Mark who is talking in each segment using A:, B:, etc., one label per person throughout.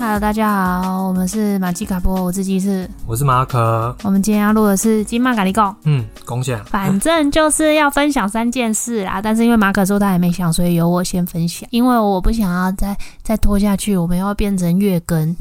A: Hello，大家好，我们是马吉卡波，我自己是。呃
B: 我是马可。
A: 我们今天要录的是金马咖喱贡，
B: 嗯，恭喜啊！
A: 反正就是要分享三件事啊。但是因为马可说他还没想，所以由我先分享，因为我不想要再再拖下去，我们要变成月更，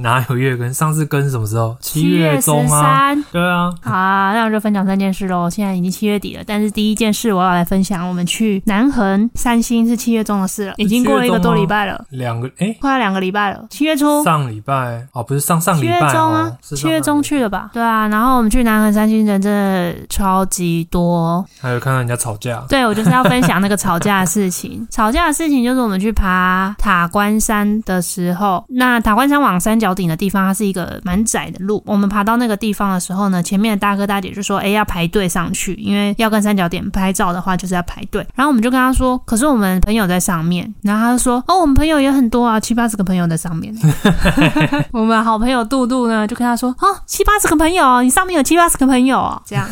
B: 哪有月更？上次更是什么时候？ 七
A: 月
B: 月
A: 十
B: 中啊。
A: 三。
B: 对啊，
A: 好啊，那我就分享三件事喽。现在已经七月底了，但是第一件事我要来分享，我们去南横三星是七月中的事了，已经过了一个多礼拜了，
B: 两个哎、
A: 快要两个礼拜了，七月初。
B: 上礼拜哦，不是上上
A: 七
B: 礼
A: 月
B: 拜
A: 中啊
B: 哦，，是上
A: 七月中
B: 上礼
A: 去了吧？对啊，然后我们去南横三星人真的超级多。哦
B: 拜，还有看到人家吵架，
A: 对我就是要分享那个吵架的事情。吵架的事情就是我们去爬塔关山的时候，那塔关山往山脚顶的地方，它是一个蛮窄的路。我们爬到那个地方的时候呢，前面的大哥大姐就说：“哎，要排队上去，因为要跟山脚点拍照的话，就是要排队。”然后我们就跟他说：“可是我们朋友在上面。”然后他就说：“哦，我们朋友也很多啊，七八十个朋友在上面。”我们好朋友杜杜呢，就跟他说：“哦，七八十个朋友哦，你上面有七八十个朋友哦。”这样，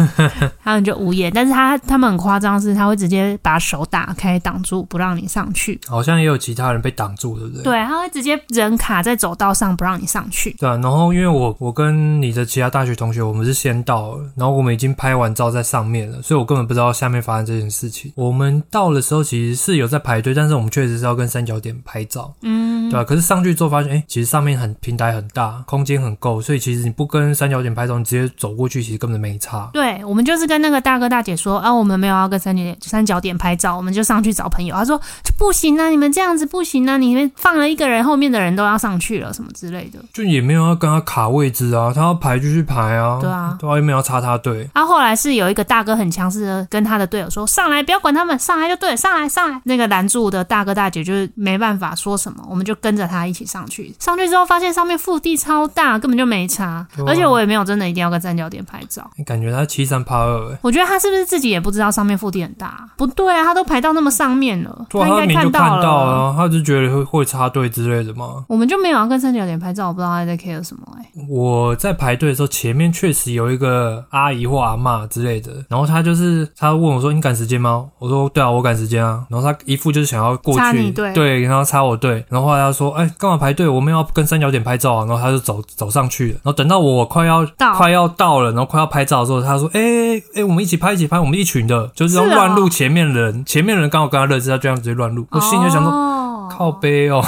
A: 他们就无言。但是他他们很夸张，是他会直接把手打开挡住，不让你上去。
B: 好像也有其他人被挡住，对不对？
A: 对，他会直接人卡在走道上，不让你上去。
B: 对啊，然后因为我我跟你的其他大学同学，我们是先到了，然后我们已经拍完照在上面了，所以我根本不知道下面发生这件事情。我们到的时候其实是有在排队，但是我们确实是要跟三角点拍照，嗯，对啊。可是上去之后发现，哎，其实上面很平台很大，空间很够，所以其实你不跟三角点拍照，你直接走过去，其实根本没差。
A: 对我们就是跟那个大哥大姐说啊，我们没有要跟三角点三角点拍照，我们就上去找朋友。他说不行啊，你们这样子不行啊，你们放了一个人，后面的人都要上去了，什么之类的。
B: 就也没有要跟他卡位置啊，他要排就去排啊，
A: 对啊
B: 对啊，又没有要插他队，
A: 他、后来是有一个大哥很强势的跟他的队友说：“上来，不要管他们，上来就对了，上来上来。”那个拦住的大哥大姐就是没办法说什么，我们就跟着他一起上去。 上去之后发现上面腹地超大，根本就没差，
B: 对啊
A: 而且我也没有真的一定要跟站脚点拍照。
B: 感觉他欺三怕二、欸，
A: 我觉得他是不是自己也不知道上面腹地很大？ 不对啊，他都排到那么上面了，
B: 对啊，他
A: 应
B: 明
A: 该
B: 明就
A: 到
B: 看到
A: 了。
B: 啊，他就觉得会会插队之类的嘛。
A: 我们就没有要跟站脚点拍照，我不知道他在 care 什么哎、
B: 我在排队的时候，前面确实有一个阿姨或阿嬷之类的，然后她就是她问我说：“你赶时间吗？”我说：“对啊，我赶时间啊。”然后她一副就是想要过
A: 插你
B: 去，
A: 队
B: 然后插我队，然后后来她说：“哎，干嘛排队？我们要跟三角点拍照啊。”然后她就走走上去了，然后等到我快要
A: 到
B: 快要到了，然后快要拍照的时候，她说：“哎哎哎，我们一起拍，一起拍，我们一群的，就是要
A: 是哦
B: 乱入前面的人，前面的人刚好跟她认识，她就这样直接乱入。”我心里就想说。
A: 哦
B: 靠背哦，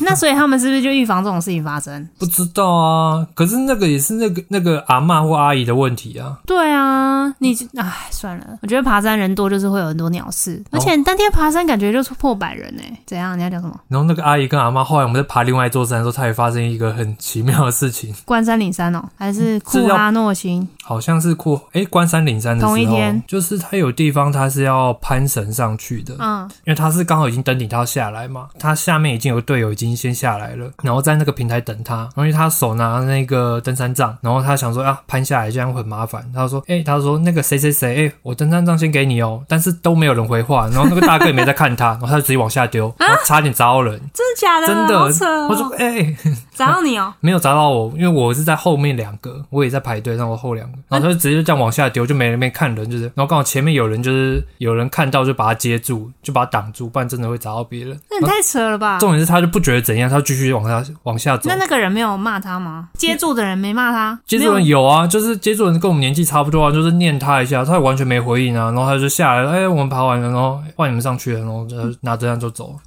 A: 那所以他们是不是就预防这种事情发生？
B: 不知道啊，可是那个也是那个那个阿嬷或阿姨的问题啊。
A: 对啊，你唉算了，哦我觉得爬山人多就是会有很多鸟事，而且当天爬山感觉就是破百人呢、欸怎样？你要讲什么？
B: 然后那个阿姨跟阿嬷，后来我们在爬另外一座山的时候，她也发生一个很奇妙的事情，
A: 关山岭山哦，还是库
B: 是要
A: 拉诺星？
B: 好像是过诶关山岭山的时候，
A: 同一天
B: 就是她有地方她是要攀绳上去的，
A: 嗯，
B: 因为她是刚好已经登顶，她要下来嘛，她下面已经有个队友已经先下来了，然后在那个平台等她，然后因为她手拿那个登山杖，然后她想说啊攀下来这样会很麻烦，她说诶，她说那个谁谁谁诶，我登山杖先给你哦，但是都没有人回话，然后那个大哥也没在看她，然后她就直接往下丢，然后差点砸到人，
A: 真的假的？
B: 真的，
A: 好扯哦、
B: 我说啊诶。
A: 找到你哦。
B: 没有砸到我，因为我是在后面两个，我也在排队，然后我后两个，然后他就直接就这样往下丢，就没人没看人，就是，然后刚好前面有人，就是有人看到就把他接住，就把他挡住，不然真的会砸到别人。
A: 那你太扯了吧？
B: 重点是他就不觉得怎样，他就继续往下往下走
A: 那。那个人没有骂他吗？接住的人没骂他，
B: 接
A: 没
B: 住
A: 有
B: 人有啊，就是接住人跟我们年纪差不多啊，就是念他一下，他也完全没回应啊，然后他就下来了，哎、我们爬完了，然后换你们上去了，然后就拿着样就走了，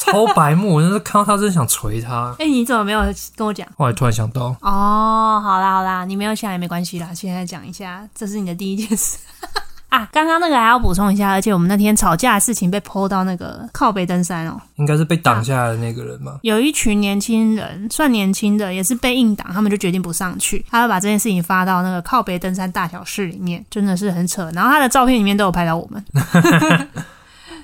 B: 超白目，我真是看到他真的想捶他。
A: 哎、你怎么没有跟我讲？
B: 后来突然想到，
A: 哦，好啦好啦，你没有想也没关系啦。现在讲一下，这是你的第一件事。 啊，刚刚那个还要补充一下，而且我们那天吵架的事情被泼到那个靠北登山哦，
B: 应该是被挡下来的那个人吧。
A: 有一群年轻人，算年轻的，也是被硬挡，他们就决定不上去，他就把这件事情发到那个靠北登山大小事里面，真的是很扯。然后他的照片里面都有拍到我们，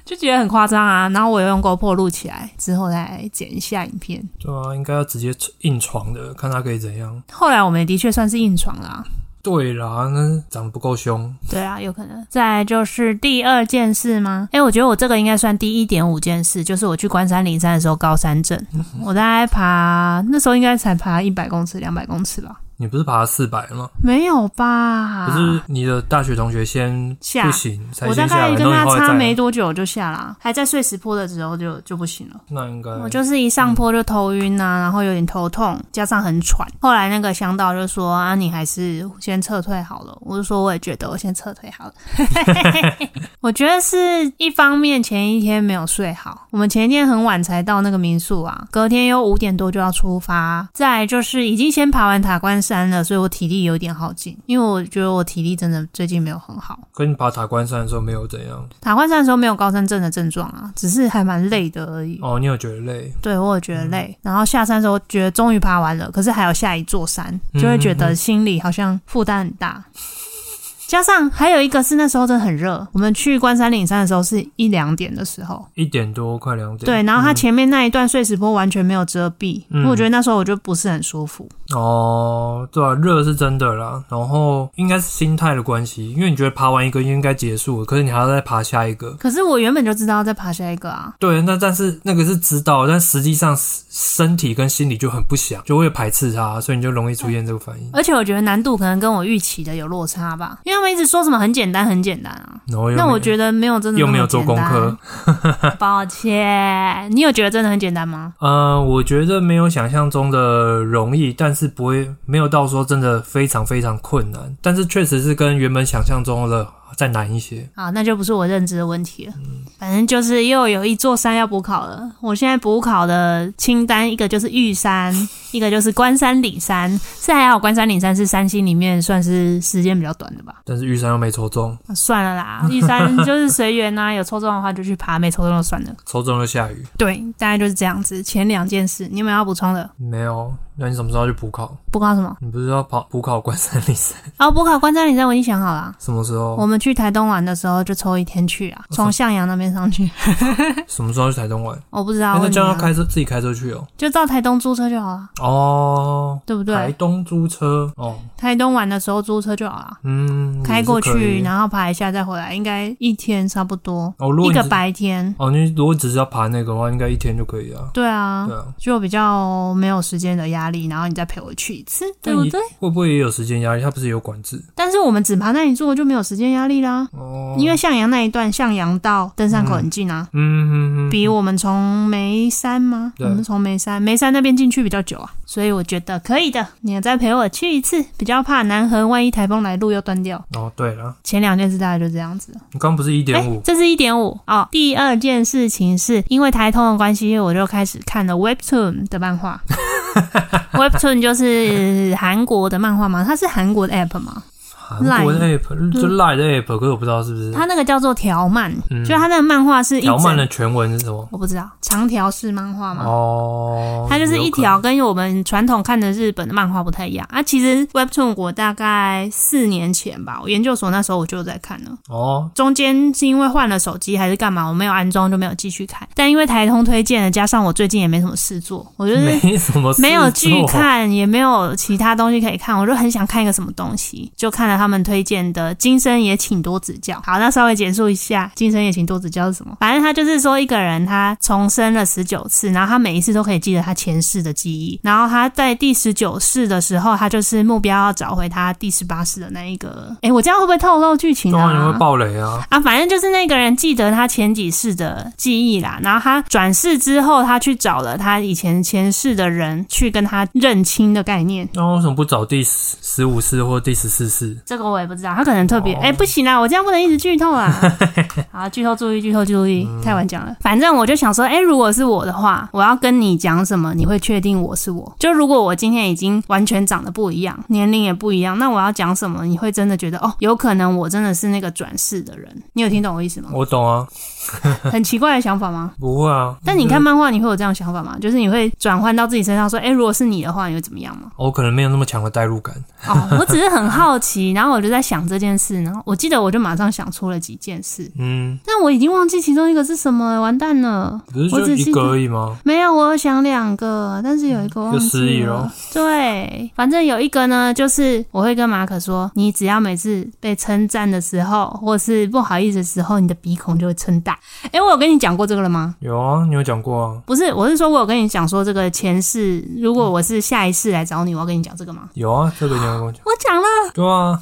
A: 就觉得很夸张啊。然后我有用 GoPro 录起来，之后再剪一下影片。
B: 对啊，应该要直接硬闯的，看他可以怎样。
A: 后来我们也的确算是硬闯啦、
B: 对啦，那长得不够凶，
A: 对啊，有可能。再来就是第二件事吗？哎、我觉得我这个应该算第一点五件事，就是我去关山 灵山的时候，高山症，我大概爬那时候应该才爬一百公尺、两百公尺吧。
B: 你不是爬四百了吗？
A: 没有吧？
B: 可是你的大学同学先
A: 啊下
B: 不行，才
A: 我大
B: 先下
A: 概
B: 来，
A: 跟他
B: 然后你后来
A: 差
B: 再
A: 没
B: 来，
A: 多久就下啦，还在碎石坡的时候就就不行了。
B: 那应该
A: 我就是一上坡就头晕啊，然后有点头痛，加上很喘。后来那个向导就说：“啊，你还是先撤退好了。”我就说：“我也觉得，我先撤退好了。”我觉得是一方面前一天没有睡好，我们前一天很晚才到那个民宿啊，隔天又五点多就要出发。再来就是已经先爬完塔关山了，所以我体力有点耗尽，因为我觉得我体力真的最近没有很好。
B: 跟你爬塔关山的时候没有怎样
A: 塔关山的时候没有高山症的症状啊，只是还蛮累的而已。
B: 哦，你有觉得累？
A: 对我也觉
B: 嗯
A: 得累，然后下山的时候觉得终于爬完了，可是还有下一座山，
B: 嗯
A: 就会觉得心里好像负担很大。加上还有一个是那时候真的很热，我们去关山岭山的时候是一两点的时候，
B: 一点多快两点。
A: 对，然后它
B: 嗯
A: 前面那一段碎石坡完全没有遮蔽，
B: 嗯
A: 我觉得那时候我就不是很舒服。
B: 哦，对啊，热是真的啦，然后应该是心态的关系，因为你觉得爬完一个应该结束了，可是你还要再爬下一个。
A: 可是我原本就知道要再爬下一个啊，
B: 对，那但是那个是知道，但实际上身体跟心理就很不想，就会排斥它，所以你就容易出现这个反应。
A: 而且我觉得难度可能跟我预期的有落差吧，因为他们一直说什么很简单很简单啊，
B: 然后又
A: 那我
B: 得
A: 觉得没有真的
B: 哎又
A: 那么
B: 没有做
A: 简
B: 功
A: 单
B: 课，，
A: 抱歉，你有觉得真的很简单吗？
B: 呃，我觉得没有想象中的容易，但是不会没有到说真的非常非常困难，但是确实是跟原本想象中的再难一些。
A: 啊，那就不是我认知的问题了。反正就是又有一座山要补考了。我现在补考的清单，一个就是玉山，一个就是关山岭山。是还好，关山岭山是山西里面算是时间比较短的吧。
B: 但是玉山又没抽中，
A: 啊算了啦，玉 山就是随缘呐，有抽中的话就去爬，没抽中就算了。
B: 抽中就下雨，
A: 对，大概就是这样子。前两件事，你有没有要补充的？
B: 没有。那你什么时候去补考？
A: 补考什么？
B: 你不是要跑补考关山岭山？
A: 哦，补考关山岭山我已经想好了啊。
B: 什么时
A: 我
B: 候？
A: 们去台东玩的时候就抽一天去啊，
B: 哦
A: 从向阳那边上去。
B: 什么时候去台东玩？
A: 我不知道
B: 哎，那
A: 问你
B: 这样
A: 啊
B: 要，开车自己开车去哦。
A: 就到台东租车就好了，
B: 哦，
A: 对不对？
B: 台东租车哦，
A: 台东玩的时候租车就好了，
B: 嗯，
A: 开过
B: 也是可
A: 去，
B: 以
A: 然后爬一下再回来，应该一天差不多，
B: 哦，如果
A: 一
B: 你
A: 个
B: 只
A: 白天。
B: 哦，你如果只是要爬那个的话，应该一天就可以了。
A: 对啊
B: 对，啊，
A: 就比较没有时间的压力，然后你再陪我去一次，对不
B: 你
A: 对？
B: 会不会也有时间压力？它不是有管制
A: 但是我们只爬那一座就没有时间压力啦，
B: 哦？
A: 因为向阳那一段，向阳到登山口很近啊，
B: 嗯嗯嗯，
A: 比我们从眉山吗？我
B: 对
A: 们从眉山，眉山那边进去比较久啊，所以我觉得可以的。你再陪我去一次，比较怕南横，万一台风来路又断掉。
B: 哦，对了，
A: 前两件事大概就这样子。
B: 你刚不是一点
A: 诶
B: 五？
A: 这是一点五哦。第二件事情是因为台通的关系，我就开始看了 Webtoon 的漫 画。Webtoon 就是韩国的漫画嘛，它是韩国的 app 嘛，
B: 韩国的
A: 嗯
B: app 就赖的 app，可是我不知道是不是
A: 它那个叫做条漫，
B: 嗯
A: 就它那个漫画是一
B: 条
A: 整，
B: 漫的全文是什么？
A: 我不知道长条式漫画嘛。
B: 哦，
A: 它就是
B: 有
A: 一
B: 可能
A: 条跟我们传统看的日本的漫画不太一样啊。其实 Webtoon 我大概四年前吧，我研究所那时候我就有在看了。
B: 哦，
A: 中间是因为换了手机还是干嘛，我没有安装就没有继续看。但因为台通推荐的，加上我最近也没什么事做，我就是
B: 没什么事
A: 没有剧
B: 做
A: 看，啊也没有其他东西可以看，我就很想看一个什么东西，就看了他们推荐的《今生也请多指教》。好，那稍微简述一下《今生也请多指教》是什么。反正他就是说一个人他重生了十九次，然后他每一次都可以记得他前世的记忆，然后他在第十九世的时候，他就是目标要找回他第十八世的那一个。诶，我这样会不会透露剧情
B: 当
A: 啊？
B: 然会爆雷啊！
A: 啊，反正就是那个人记得他前几世的记忆啦，然后他转世之后，他去找了他以前前世的人去跟他认亲的概念。
B: 那为什么不找第十十五世或第十四世？
A: 这个我也不知道，他可能特别
B: 哦
A: 哎、不行啦，我这样不能一直剧透啊！ 好，剧透注意，剧透注意，
B: 嗯
A: 太晚讲了。反正我就想说，哎、如果是我的话，我要跟你讲什么，你会确定我是我？就如果我今天已经完全长得不一样，年龄也不一样，那我要讲什么，你会真的觉得哦，有可能我真的是那个转世的人？你有听懂我意思吗？
B: 我懂啊，
A: 很奇怪的想法吗？
B: 不会啊，
A: 但你看漫画，你会有这样想法吗？就是你会转换到自己身上，说，哎、如果是你的话，你会怎么样吗？
B: 我可能没有那么强的代入感。
A: 哦，我只是很好奇，然后我就在想这件事，然后我记得我就马上想出了几件事，
B: 嗯，
A: 但我已经忘记其中一个是什么了，完蛋了。
B: 不是
A: 我
B: 就
A: 只
B: 一
A: 记
B: 个
A: 得
B: 而已吗？
A: 没有，我有想两个，但是有一个哦忘
B: 就失
A: 记
B: 忆
A: 了
B: 咯。
A: 对，反正有一个呢，就是我会跟马可说，你只要每次被称赞的时候，或是不好意思的时候，你的鼻孔就会撑大。大。诶，我有跟你讲过这个了吗？
B: 有啊，你有讲过啊，
A: 不是，我是说我有跟你讲说这个前世，如果我是下一世来找你，我要跟你讲这个吗？
B: 有啊，这个你有跟 我讲。
A: 我讲了，
B: 对啊，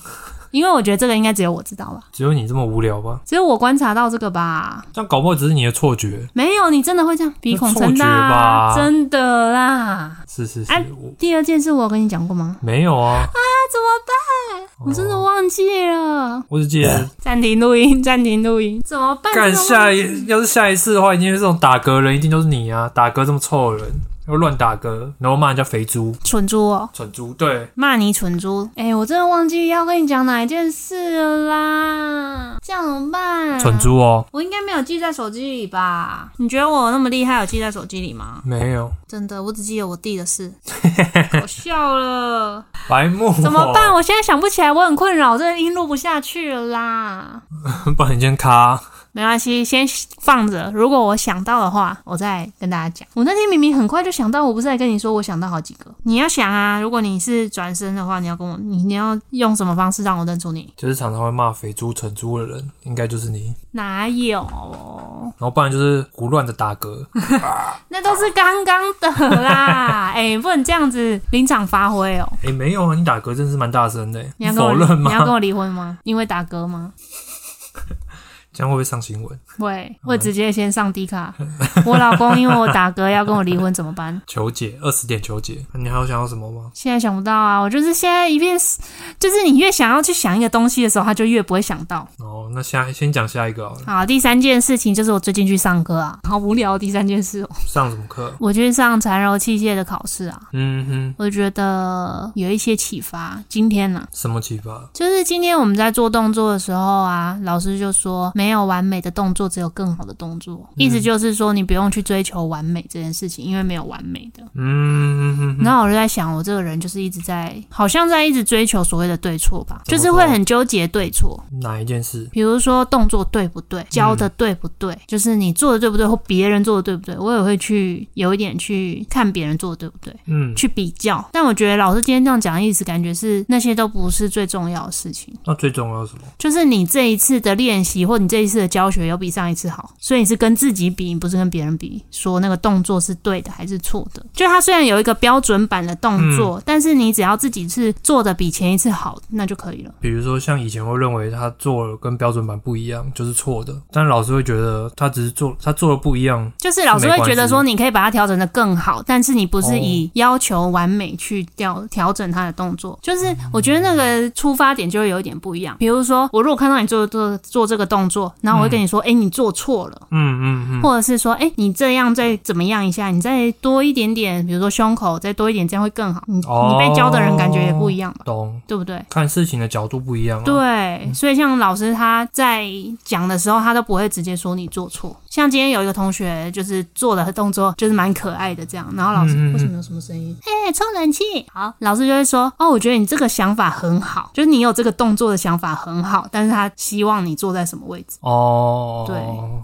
A: 因为我觉得这个应该只有我知道吧，
B: 只有你这么无聊吧？
A: 只有我观察到这个吧。
B: 但搞不好只是你的错觉。
A: 没有，你真的会这样鼻孔睁
B: 那
A: 大，
B: 错觉吧
A: 真的啦。
B: 是是是，
A: 哎
B: 我
A: 第二件事我有跟你讲过吗？
B: 没有啊，
A: 那怎么
B: 哦
A: 办？我真的忘记了。
B: 我只记得
A: 暂停录音，暂停录音，怎么办？
B: 干
A: 真的忘
B: 下一，要是下一次的话，一定是这种打嗝的人，一定都是你啊！打嗝这么臭的人，又乱打嗝，然后骂人家肥猪、
A: 蠢猪哦。
B: 蠢猪，对，
A: 骂你蠢猪！哎、我真的忘记要跟你讲哪一件事了啦，这样怎么办？
B: 蠢！猪哦，
A: 我应该没有记在手机里吧？你觉得我那么厉害，有记在手机里吗？
B: 没有，
A: 真的，我只记得我弟的 事，搞笑 了，
B: 白目、哦
A: 怎么办？？我现在想不起来，我很困扰，这个音录不下去了啦。
B: 不然你先卡，
A: 没关系，先放着。如果我想到的话，我再跟大家讲。我那天明明很快就想到，我不是还跟你说我想到好几个。你要想啊，如果你是转身的话，你要跟我，你你要用什么方式让我认出你？
B: 就是常常会骂肥猪、蠢猪的人，应该就是你。
A: 哪有？
B: 然后不然就是胡乱的 打嗝，
A: 那都是刚刚的啦。 哎、不能这样子临场发挥哦。
B: 哎、没有啊，你打嗝真是蛮大声的欸，
A: 你要跟我
B: 否认
A: 你要跟
B: 吗？
A: 我离婚吗？因为打嗝吗？
B: 这样会不会上新闻？
A: 会，会直接先上 D 卡。我老公因为我打嗝要跟我离婚，怎么办？
B: 求解，二十点求解。你还有想要什么吗？
A: 现在想不到啊，我就是现在一遍，就是你越想要去想一个东西的时候，他就越不会想到。
B: 哦，那下先讲下一个好了，
A: 好，第三件事情就是我最近去上课啊，好无聊。第三件事哦，
B: 上什么课？
A: 我去上缠柔器械的考试啊，
B: 嗯哼，
A: 我觉得有一些启发。今天呢、啊
B: 什么启发？
A: 就是今天我们在做动作的时候啊，老师就说没有完美的动作，只有更好的动作。
B: 嗯
A: 意思就是说，你不用去追求完美这件事情，因为没有完美的。
B: 嗯哼哼
A: 然后我就在想，我这个人就是一直在，好像在一直追求所谓的对错吧，
B: 怎
A: 就
B: 么
A: 是会很纠结对错。
B: 哼，哪一件事？
A: 比如说动作对不
B: 嗯
A: 对，教的对不对，就是你做的对不对，或别人做的对不对，我也会去有一点去看别人做的对不对。
B: 嗯，
A: 去比较，但我觉得老师今天这样讲的意思，感觉是那些都不是最重要的事情。
B: 那最重要是什么？
A: 就是你这一次的练习或你这一次的教学有比上一次好，所以你是跟自己比，你不是跟别人比，说那个动作是对的还是错的。就它虽然有一个标准版的动作，但是你只要自己是做的比前一次好，那就可以了。
B: 比如说，像以前会认为他做了跟标准版不一样就是错的，但老师会觉得他只是做他做的不一样，
A: 就是老师会觉得说，你可以把它调整的更好，但是你不
B: 哦
A: 是以要求完美去调调整它的动作。就是我觉得那个出发点就会有一点不一样。比如说，我如果看到你做做做这个动作，然后我会跟你说，哎、你做错了。
B: 嗯嗯嗯，
A: 或者是说，哎、你这样再怎么样一下，你再多一点点，比如说胸口再多一点，这样会更好。你、
B: 哦
A: 你被教的人感觉也不一样吧，
B: 懂，
A: 对不对？
B: 看事情的角度不一样、啊，，
A: 对，所以像老师他在讲的时候，他都不会直接说你做错。像今天有一个同学就是做的动作就是蛮可爱的这样，然后老师、
B: 嗯嗯嗯
A: 为什么有什么声音？哎、充冷气。好，老师就会说，哦，我觉得你这个想法很好，就是你有这个动作的想法很好，但是他希望你坐在什么位置。
B: 哦，
A: 对，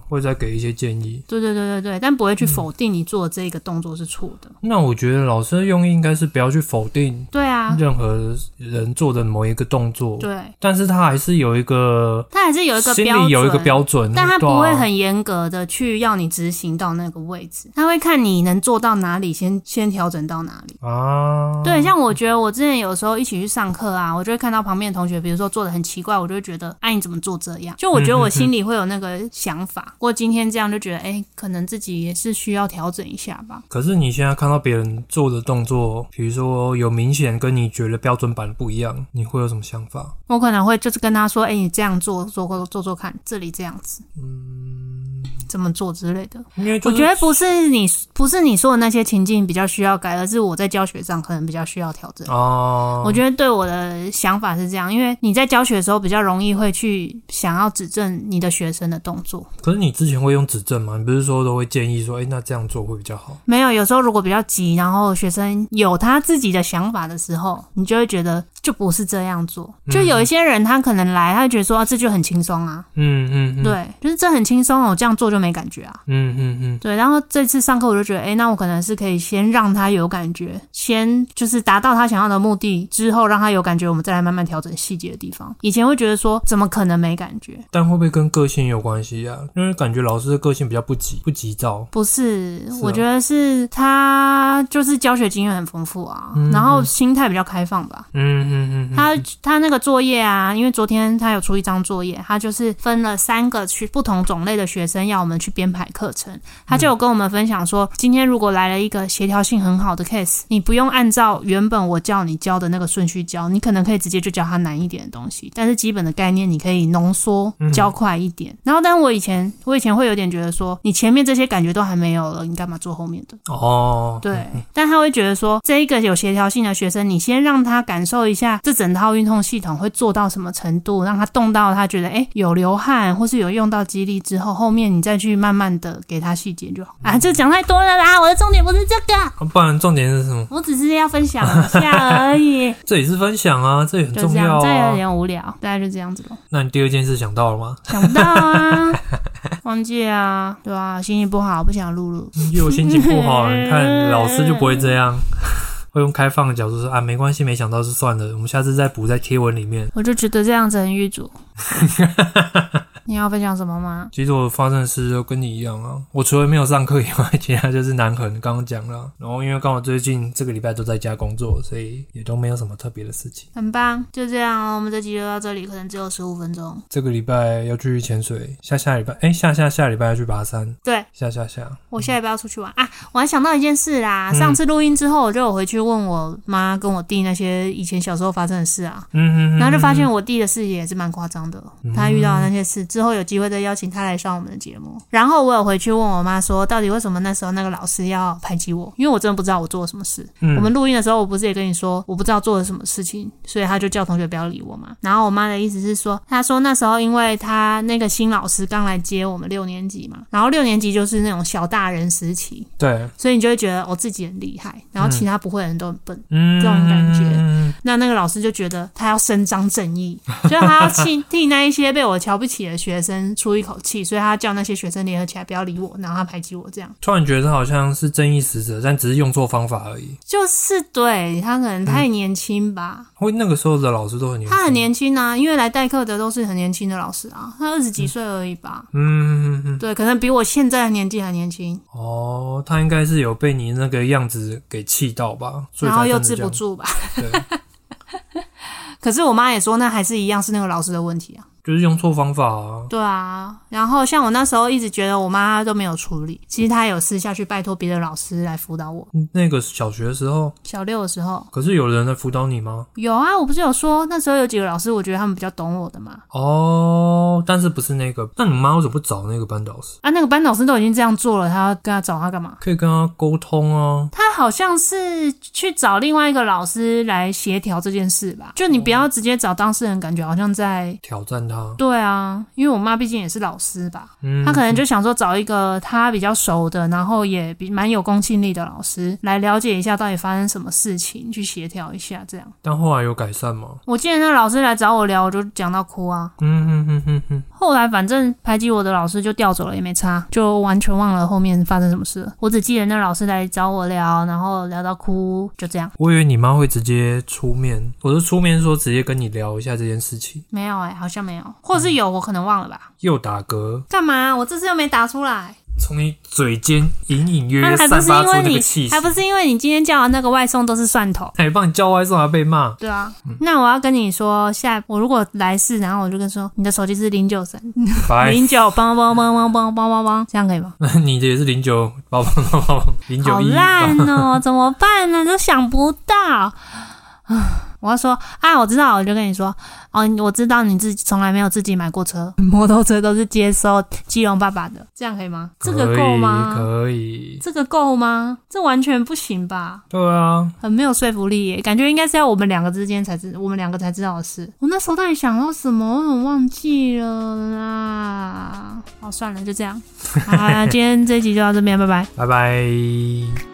B: 会再给一些建议。
A: 对对对对对，但不会去否定你做的这个动作是错的。
B: 那我觉得老师的用意应该是不要去否定
A: 对啊，
B: 任何人做的某一个动作，
A: 对，
B: 但是他还是有一个
A: 他还是有一个
B: 心
A: 标准，
B: 里有一个标准，
A: 但他
B: 对啊
A: 不会很严格的去要你执行到那个位置，他会看你能做到哪里，先先调整到哪里。
B: 啊，
A: 对，像我觉得我之前有时候一起去上课啊，我就会看到旁边的同学，比如说做的很奇怪，我就会觉得，哎、你怎么做这样？就我觉得我心里会有那个想法，或今天这样就觉得，哎、可能自己也是需要调整一下吧。
B: 可是你现在看到别人做的动作，比如说有明显跟你觉得标准版不一样，你会有什么想法？
A: 我可能会就是跟他说，哎、你这样做做做做做看，这里这样子，嗯，怎么做之类的。
B: 因为就
A: 我
B: 是
A: 觉得不是你不是你说的那些情境比较需要改，而是我在教学上可能比较需要调整。
B: 哦，
A: 我觉得对我的想法是这样，因为你在教学的时候比较容易会去想要指正你的学生的动作。
B: 可是你之前会用指正吗？你不是说都会建议说，哎、那这样做会比较好？
A: 没有，有时候如果比较急，然后学生有他自己的想法的时候，你就会觉得，就不是这样做。就有一些人他可能来，他就觉得说、啊、这就很轻松啊，
B: 嗯嗯嗯，
A: 对，就是这很轻松哦，我这样做就没感觉啊。
B: 嗯嗯嗯，
A: 对，然后这次上课我就觉得，哎，那我可能是可以先让他有感觉，先就是达到他想要的目的之后，让他有感觉，我们再来慢慢调整细节的地方。以前会觉得说，怎么可能没感觉？
B: 但会不会跟个性有关系啊？因为感觉老师的个性比较不急不急躁。
A: 不是，
B: 是
A: 我
B: 哦
A: 觉得是他就是教学经验很丰富啊，
B: 嗯
A: 然后
B: 嗯
A: 心态比较开放吧。
B: 嗯嗯嗯，
A: 他他那个作业啊，因为昨天他有出一张作业，他就是分了三个去不同种类的学生，要我们去编排课程。他就有跟我们分享说，今天如果来了一个协调性很好的 case，你不用按照原本我教你教的那个顺序教，你可能可以直接就教他难一点的东西，但是基本的概念你可以浓缩
B: 嗯
A: 教快一点。然后，但我以前我以前会有点觉得说，你前面这些感觉都还没有了，你干嘛做后面的？
B: 哦，
A: 对，但他会觉得说，这一个有协调性的学生，你先让他感受一下这整套运动系统会做到什么程度，让他动到他觉得哎、诶有流汗，或是有用到肌力之后，后面你再去慢慢的给他细节就好。啊，这讲太多了啦，我的重点不是这个，
B: 啊不然重点是什么？
A: 我只是要分享一下而 已，
B: 这也是分享啊，这也很
A: 就
B: 重
A: 这样，
B: 要
A: 这有
B: 啊。
A: 点无聊，大概就这样子咯。
B: 那你第二件事想到了吗？
A: 想不到啊，忘记啊，对啊，心情不好，不想录了。
B: 因为我心情不好，你看老师就不会这样， 会用开放的角度说啊，没关系，没想到就算了，我们下次再补在贴文里面。
A: 我就觉得这样子很狱 卒。你要分享什么吗？
B: 其实我发生的事就跟你一样啊，我除了没有上课以外，其他就是南横刚刚讲了，然后因为刚好最近这个礼拜都在家工作，所以也都没有什么特别的事情。
A: 很棒，就这样哦。我们这集就到这里，可能只有十五分钟。
B: 这个礼拜要去潜水，下下礼拜哎、下下下礼拜要去爬山，
A: 对
B: 下下下，
A: 我下礼拜要出去玩啊！我还想到一件事啦，
B: 嗯
A: 上次录音之后，我就有回去问我妈跟我弟那些以前小时候发生的事啊，
B: 嗯嗯，
A: 然后就发现我弟的事也是蛮夸张的，他遇到的那些事之后，有机会再邀请他来上我们的节目。然后我有回去问我妈说，到底为什么那时候那个老师要排挤我？因为我真的不知道我做了什么事。
B: 嗯
A: 我们录音的时候，我不是也跟你说我不知道做了什么事情，所以他就叫同学不要理我嘛。然后我妈的意思是说，她说那时候因为她那个新老师刚来接我们六年级嘛，然后六年级就是那种小大人时期，
B: 对，
A: 所以你就会觉得我、哦自己很厉害，然后其他不会的人都很笨。
B: 嗯，
A: 这种感觉
B: 嗯
A: 那那个老师就觉得他要伸张正义， 所以他要替替那一些被我瞧不起的学生出一口气，所以他叫那些学生联合起来不要理我，然后他排挤我，这样
B: 突然觉得好像是正义使者，但只是用错方法而已。
A: 就是对他可能太年轻吧，
B: 会那个时候的老师都很年轻，
A: 他很年轻啊，因为来代课的都是很年轻的老师啊，他二十几岁而已吧。
B: 嗯，嗯嗯嗯，
A: 对，可能比我现在的年纪还年轻，
B: 哦，他应该是有被你那个样子给气到吧，所以
A: 然
B: 才
A: 后又治
B: 真的这
A: 不
B: 样。
A: 住吧。
B: 对，
A: 可是我妈也说，那还是一样是那个老师的问题啊。
B: 就是用错方法啊。
A: 对啊，然后像我那时候一直觉得我妈都没有处理，其实她有私下去拜托别的老师来辅导我。
B: 那个小学的时候，
A: 小六的时候
B: 可是有人来辅导你吗？
A: 有啊，我不是有说那时候有几个老师，我觉得他们比较懂我的嘛。
B: 哦，但是不是那个？那你妈为什么不找那个班导师？
A: 啊，那个班老师都已经这样做了，他要跟他找他干嘛？
B: 可以跟他沟通啊。
A: 他好像是去找另外一个老师来协调这件事吧？就你不要直接找当事人，感觉好像在。
B: 挑战他，
A: 对啊，因为我妈毕竟也是老师吧，
B: 嗯，
A: 她可能就想说找一个她比较熟的，然后也比蛮有公信力的老师来了解一下到底发生什么事情，去协调一下这样。
B: 但后来有改善吗？
A: 我记得那老师来找我聊，我就讲到哭啊。
B: 嗯嗯嗯嗯嗯，
A: 后来反正排挤我的老师就调走了，也没差，就完全忘了后面发生什么事了。我只记得那老师来找我聊，然后聊到哭，就这样。
B: 我以为你妈会直接出面，我是出面说直接跟你聊一下这件事情。
A: 没有哎、好像没有，或者是有，我可能忘了吧。
B: 又打嗝，
A: 干嘛？我这次又没答出来，
B: 从你嘴尖隐隐约
A: 那、
B: 约
A: 还
B: 散
A: 不是
B: 发
A: 因
B: 出
A: 为
B: 那个
A: 你
B: 气，息
A: 还。不是因为你今天叫的那个外送都是蒜头。
B: 还帮你叫外送还被骂，
A: 对啊，那我要跟你说，下我如果来世，然后我就跟说，你的手机是零九三
B: 拜。
A: 零九，梆梆梆梆梆梆梆梆，这样可以吗？
B: 你的也是零九八八八八零
A: 好
B: 九一，
A: 烂 哦，怎么办呢？都想不到。啊我要说啊，我知道，我就跟你说哦，你我知道你自己从来没有自己买过车， 摩托车都是接收基隆爸爸的，这样可以吗？这个够吗？
B: 可以，
A: 这个够吗？这完全不行吧，
B: 对啊，
A: 很没有说服力耶，感觉应该是要我们两个之间才知，我们两个才知道的事。我那时候到底想到什么，我怎么忘记了啦？哦，算了，就这样。好、啊，今天这一集就到这边，拜拜。
B: 拜拜。